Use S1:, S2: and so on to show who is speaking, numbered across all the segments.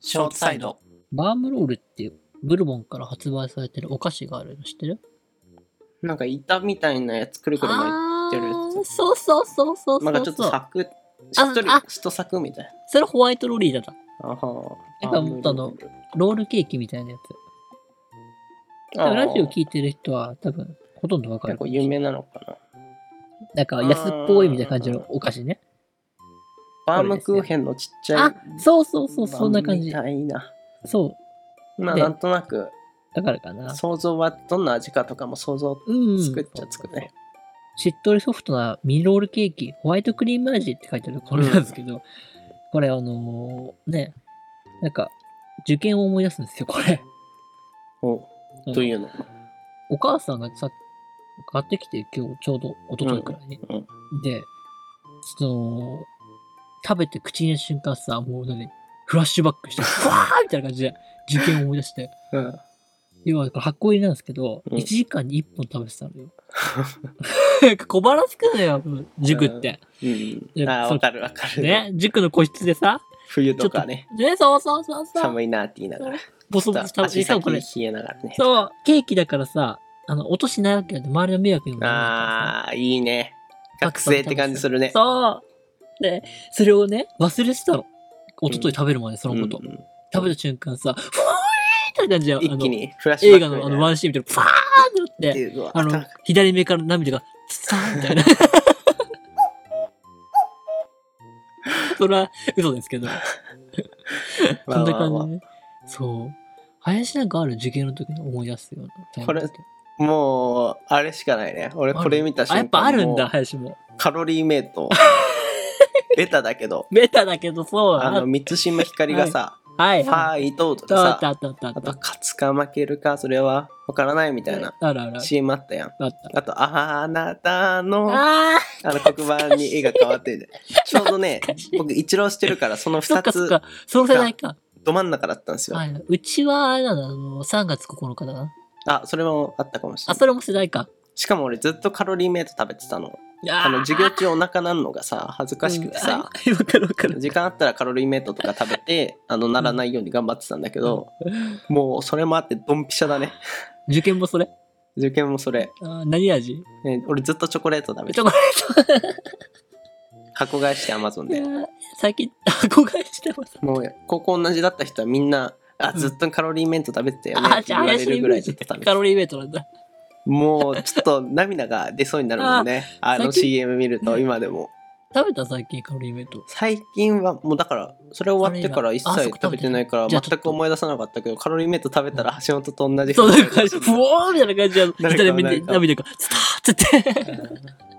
S1: ショートサイド。
S2: バームロールっていうブルボンから発売されてるお菓子があるの知ってる
S1: なんか板みたいなやつくるくる巻いってるやつ
S2: あーそうそうそうそうそう
S1: て、
S2: そ
S1: な
S2: う
S1: か
S2: ん
S1: ちょっとサクッ、しっとり
S2: あ、
S1: しとサクみたい
S2: それホワイトロリーだな
S1: な。あは
S2: なんかもっとあのロールケーキみたいなやつ
S1: あー
S2: ラジオ聞いてる人は多分ほとんどわか
S1: 結
S2: る
S1: 構有名なのかな。
S2: なんか安っぽいみたいな感じのお菓子ね
S1: バームクーヘンのちっちゃ
S2: あ
S1: い。
S2: そうそうそうそんな感じ
S1: バームみたいな。
S2: そう
S1: まあ、
S2: で
S1: なんとなく、
S2: だからかな
S1: 想像はどんな味かとかも想像
S2: うん
S1: 作っちゃ作ね。
S2: しっとりソフトなミニロールケーキ、ホワイトクリーム味って書いてあるこれなんですけど、これあのーね、なんか、受験を思い出すんですよ、これ。
S1: おというの。
S2: お母さんがさ、買ってきて、今日ちょうど一昨日くらいに。
S1: うんうん
S2: で、その、食べて口に入れた瞬間さ、もう何、フラッシュバッ クして、ふわーみたいな感じで受験を思い出して。
S1: うん。
S2: 要は、これ箱入りなんですけど、
S1: うん
S2: 1時間に1本食べてたの よ。なんか小腹すくのよ、塾って。
S1: うん、あーわかるわかる。
S2: ね、塾の個室でさ、
S1: 冬とかね、
S2: ね、そうそうそうそう。
S1: 寒いなって言いながら、
S2: ボソ
S1: ちょ
S2: ボ
S1: っと
S2: ソ食べ
S1: 足
S2: て、しかも
S1: 先
S2: こ
S1: に
S2: れ、
S1: 冷えながらね。
S2: そう、ケーキだからさ、あの、音しないわけなんで、周りの迷惑にもならない
S1: ああ、いいね。
S2: からさ
S1: 学生って感じするね。
S2: そう。で、それをね、忘れてたの。一昨日食べるまで、そのこと。
S1: うんうん
S2: 食べた瞬間さ、ふわーって感じよ。
S1: 一気にフラッ
S2: あの
S1: シュ
S2: 映
S1: バ
S2: 画
S1: ックみた
S2: のあ
S1: い
S2: の
S1: な
S2: ワンシーンみたいな、パーンってな
S1: っ
S2: ってて、
S1: いうのは
S2: あの、左目から涙が、ツサーみた いな。それは嘘ですけど。そんな感
S1: まあまあ
S2: じね。そう。林なんかある受験の時に思い出すようなタイミングって。
S1: もう、あれしかないね。俺、これ見た瞬
S2: あ、
S1: 間
S2: やっぱあるん
S1: も
S2: だ、
S1: う
S2: 林も。
S1: カロリーメイ ト。ベタだけど、
S2: ベタだけど、そう
S1: あ
S2: だ
S1: の、
S2: な。
S1: 満島ひかりがさ、
S2: はい
S1: フ
S2: は
S1: ァイトと
S2: い。あっ
S1: か
S2: たあ
S1: さ、
S2: ったあったあっ
S1: あと、
S2: た。
S1: 勝つか負けるか、それはわからないみたいな
S2: あるあるある
S1: CM あったやん。
S2: あった。
S1: あと、あなたの、
S2: あ
S1: あの黒板に絵が変わってるじゃん。ちょうどね
S2: 懐かし、い
S1: 僕一浪してるから、その
S2: あ、そ
S1: 2
S2: っかそっ
S1: つ
S2: か。その世代か。
S1: ど真ん中だったんですよ
S2: は。い。うちは、あれなんだ、あの、3月9日だな。
S1: あ、それもあったかもしれ
S2: あ、
S1: ない。
S2: それも世代か。
S1: しかも俺ずっとカロリーメイト食べてたの。
S2: あ
S1: あ
S2: ー
S1: の、授業中お腹なんのがさ、恥ずかしくて
S2: うん
S1: さ、
S2: あわかるわかる。
S1: 時間あったらカロリーメイトとか食べて、あの、ならないように頑張ってたんだけど、もうそれもあってドンピシャだね。
S2: 受験もそれ
S1: 受験もそれ。
S2: あー何味
S1: ね俺ずっとチョコレート食べ
S2: チ
S1: て
S2: ョコレ
S1: 箱買いしてアマゾンで
S2: ー。トが最近憧れしてます。
S1: もう、高校同じだった人はみんな、あ、ずっとカロリーメイト食べてたよねっ
S2: あー、
S1: て
S2: じゃあ
S1: 言われ
S2: 林
S1: るぐらいずっと食べてた
S2: カ。ロリーメイトなんだ。
S1: もうちょっと涙が出そうになるもんね。あの
S2: 最近
S1: CM 見ると今でも。
S2: 食べた最近カロリーメイト。
S1: 最近はもうだから、それ終わってから一
S2: あ
S1: 切
S2: そっか
S1: 食べてないから
S2: じ
S1: 全
S2: ゃあちょっと
S1: く思い出さなかったけど、カロリーメイト食べたら橋本と同じ
S2: そう、
S1: 感
S2: な
S1: じ
S2: んか、ふおーみたいな感じで、
S1: 誰
S2: 左
S1: か
S2: 目
S1: 誰
S2: で
S1: か
S2: 涙が、スターって って。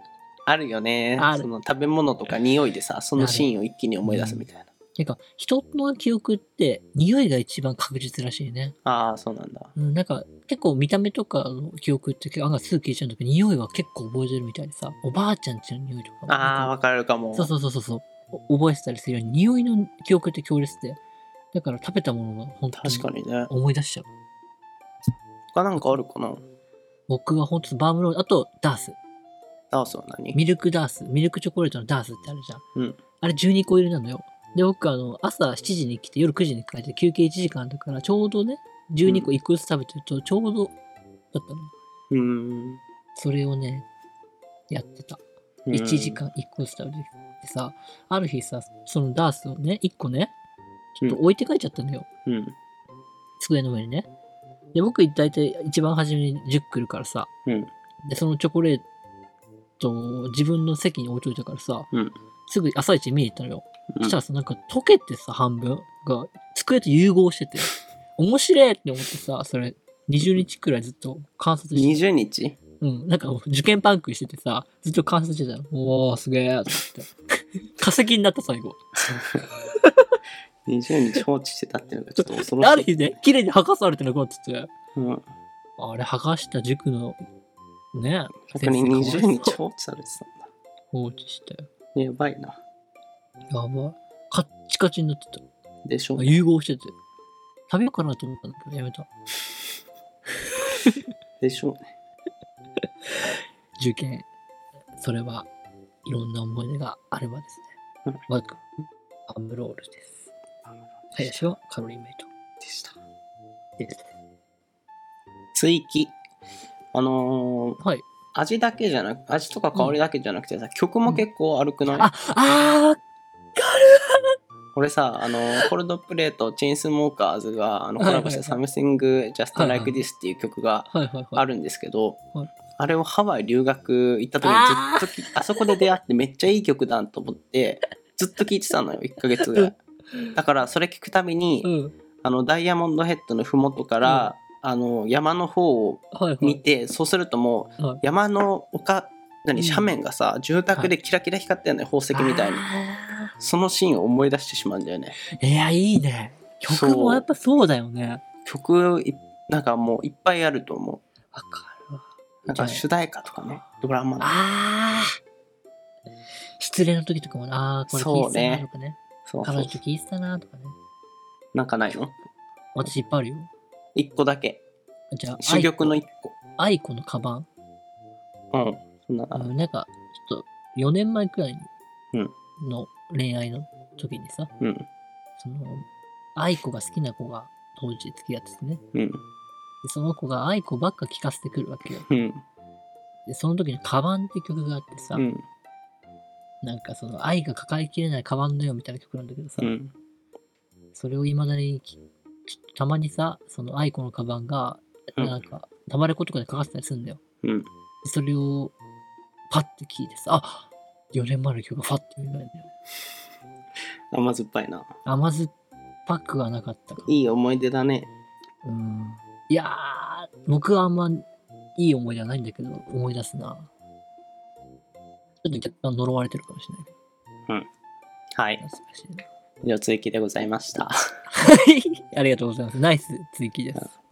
S1: あるよね
S2: あ。る
S1: その食べ物とか匂いでさ、そのシーンを一気に思い出すみたいな。
S2: てか、人の記憶って、匂いが一番確実らしいね。
S1: ああ、そうなんだ。
S2: うん、なんか、結構見た目とかの記憶って、案外すぐ消えちゃうんだけど、匂いは結構覚えてるみたいでさ、おばあちゃんちの匂いとかも。
S1: ああ、わかるかも。
S2: そうそうそうそうそう。お覚えてたりするように、匂いの記憶って強烈で。だから食べたものが本当
S1: 確か
S2: に
S1: にね。
S2: 思い出しちゃう。
S1: 他なんかあるかな
S2: 僕は本当バームロール、あとダース。
S1: ダースは何
S2: ミルクダース。ミルクチョコレートのダースってあるじゃ
S1: う
S2: ん。
S1: ん
S2: あれ12個入りなのよ。で、僕あの、朝7時に来て夜9時に帰って休憩1時間だから、ちょうどね、12個1個ずつ食べてるとちょうどだったの。
S1: うーん。
S2: それをね、やってた。
S1: うん
S2: 1時。間1個ずつ食べてでさ、ある日さ、そのダースをね、1個ね、ちょっと置いて帰っちゃったのよ。
S1: うん。
S2: 机の上にね。で、僕、大体一番初めに10来るからさ、
S1: うん。
S2: で、そのチョコレートを自分の席に置いといたからさ、
S1: うん
S2: すぐ朝一見に行ったのよ。
S1: うん
S2: そしたらさ、なんか溶けてさ、半分が机と融合して て、面白いって思ってさ、それ、20日くらいずっと観察して、
S1: 20日
S2: うん、なんか受験パンクしててさ、ずっと観察してたの。おー、すげえと思って。 化石になった最後。
S1: ?20 日放置してたっていうのがちょっと恐ろしい。
S2: ある日ね、綺麗に剥がされてなくなってて。
S1: うん。
S2: あれ剥がした塾のね
S1: 僕に20
S2: 先生
S1: 日放置されてたんだ。
S2: 放置して
S1: やばいな。
S2: やばいカッチカチになってた
S1: でしょ
S2: 融合してて食べようかなと思ったんだけどやめた
S1: でしょうね。
S2: 受験そ れはいろんな思い出があればです
S1: う
S2: ね、
S1: ん
S2: バックアムロールです林はカロリーメイト
S1: でした。
S2: です。
S1: 追記。あのー
S2: はい。
S1: 味だけじゃなく、味とか香りだけじゃなくてさ、曲も結構悪くない、
S2: あ、あー
S1: 俺さ、あのー、コールドプレート、チェーンスモーカーズがあの
S2: は
S1: コ
S2: いはいは
S1: ラ
S2: い
S1: ボした Something Just
S2: はいはい
S1: Like This っていう曲が
S2: はいはいはい。
S1: あるんですけど
S2: はい、
S1: あれをハワイ留学行った時にずっときあそこで出会ってめっちゃいい曲だと思って、ずっと聴いてたのよ、1ヶ月ぐらい。だからそれ聞くたびに、
S2: うん。
S1: あのダイヤモンドヘッドの麓から、あの山の方を
S2: はいはい。
S1: 見て、そうするともう、
S2: はい
S1: 山の丘何
S2: うん
S1: 斜面がさ、住宅でキラキラ光ってるのよ、宝石みたいに、
S2: あ
S1: そのシーンを思い出してしまうんだよね
S2: ーいや、いいね。曲もやっぱそうだよね。
S1: 曲いなんかもういっぱいあると思
S2: わかるわ。
S1: うなんか
S2: はい
S1: 主題歌とかねドラマの
S2: あー失恋の時とかもね、あーこれ聞いてたなとかね。
S1: そうそ
S2: 彼
S1: う
S2: 女聞いてたなとかね。
S1: なんかないの
S2: 私いっぱいあるよ。
S1: 一個だけ
S2: じゃあ、
S1: 珠玉の一
S2: アイコのカバン。
S1: 個うんそんな
S2: うんなんか、ちょっと、4年前くらいの恋愛の時にさ、
S1: うん
S2: その、愛子が好きな子が当時付き合っててね。
S1: う
S2: で
S1: ん
S2: その子が愛子ばっか聞かせてくるわけよ。
S1: うん
S2: で、その時にカバンって曲があってさ、
S1: うん
S2: なんかその愛が抱えきれないカバンだよみたいな曲なんだけどさ、
S1: うん
S2: それを未だにき、ちょっとたまにさ、その愛子のカバンが、
S1: うん
S2: なんか、たまれことかでかかってたりするんだよ。
S1: うん
S2: それを、パッて聞いてさ、あ4年前の曲がファッて見えないんだよ。
S1: 甘酸っぱいな
S2: 甘酸っぱくはなかったか。
S1: いい思い出だね
S2: うん。いやー、僕はあんまいい思い出はないんだけど、思い出すな。ちょっと若干呪われてるかもしれないけど
S1: はい、
S2: 懐かしいな
S1: 以上追記でございました
S2: はい。ありがとうございます。ナイス追記です。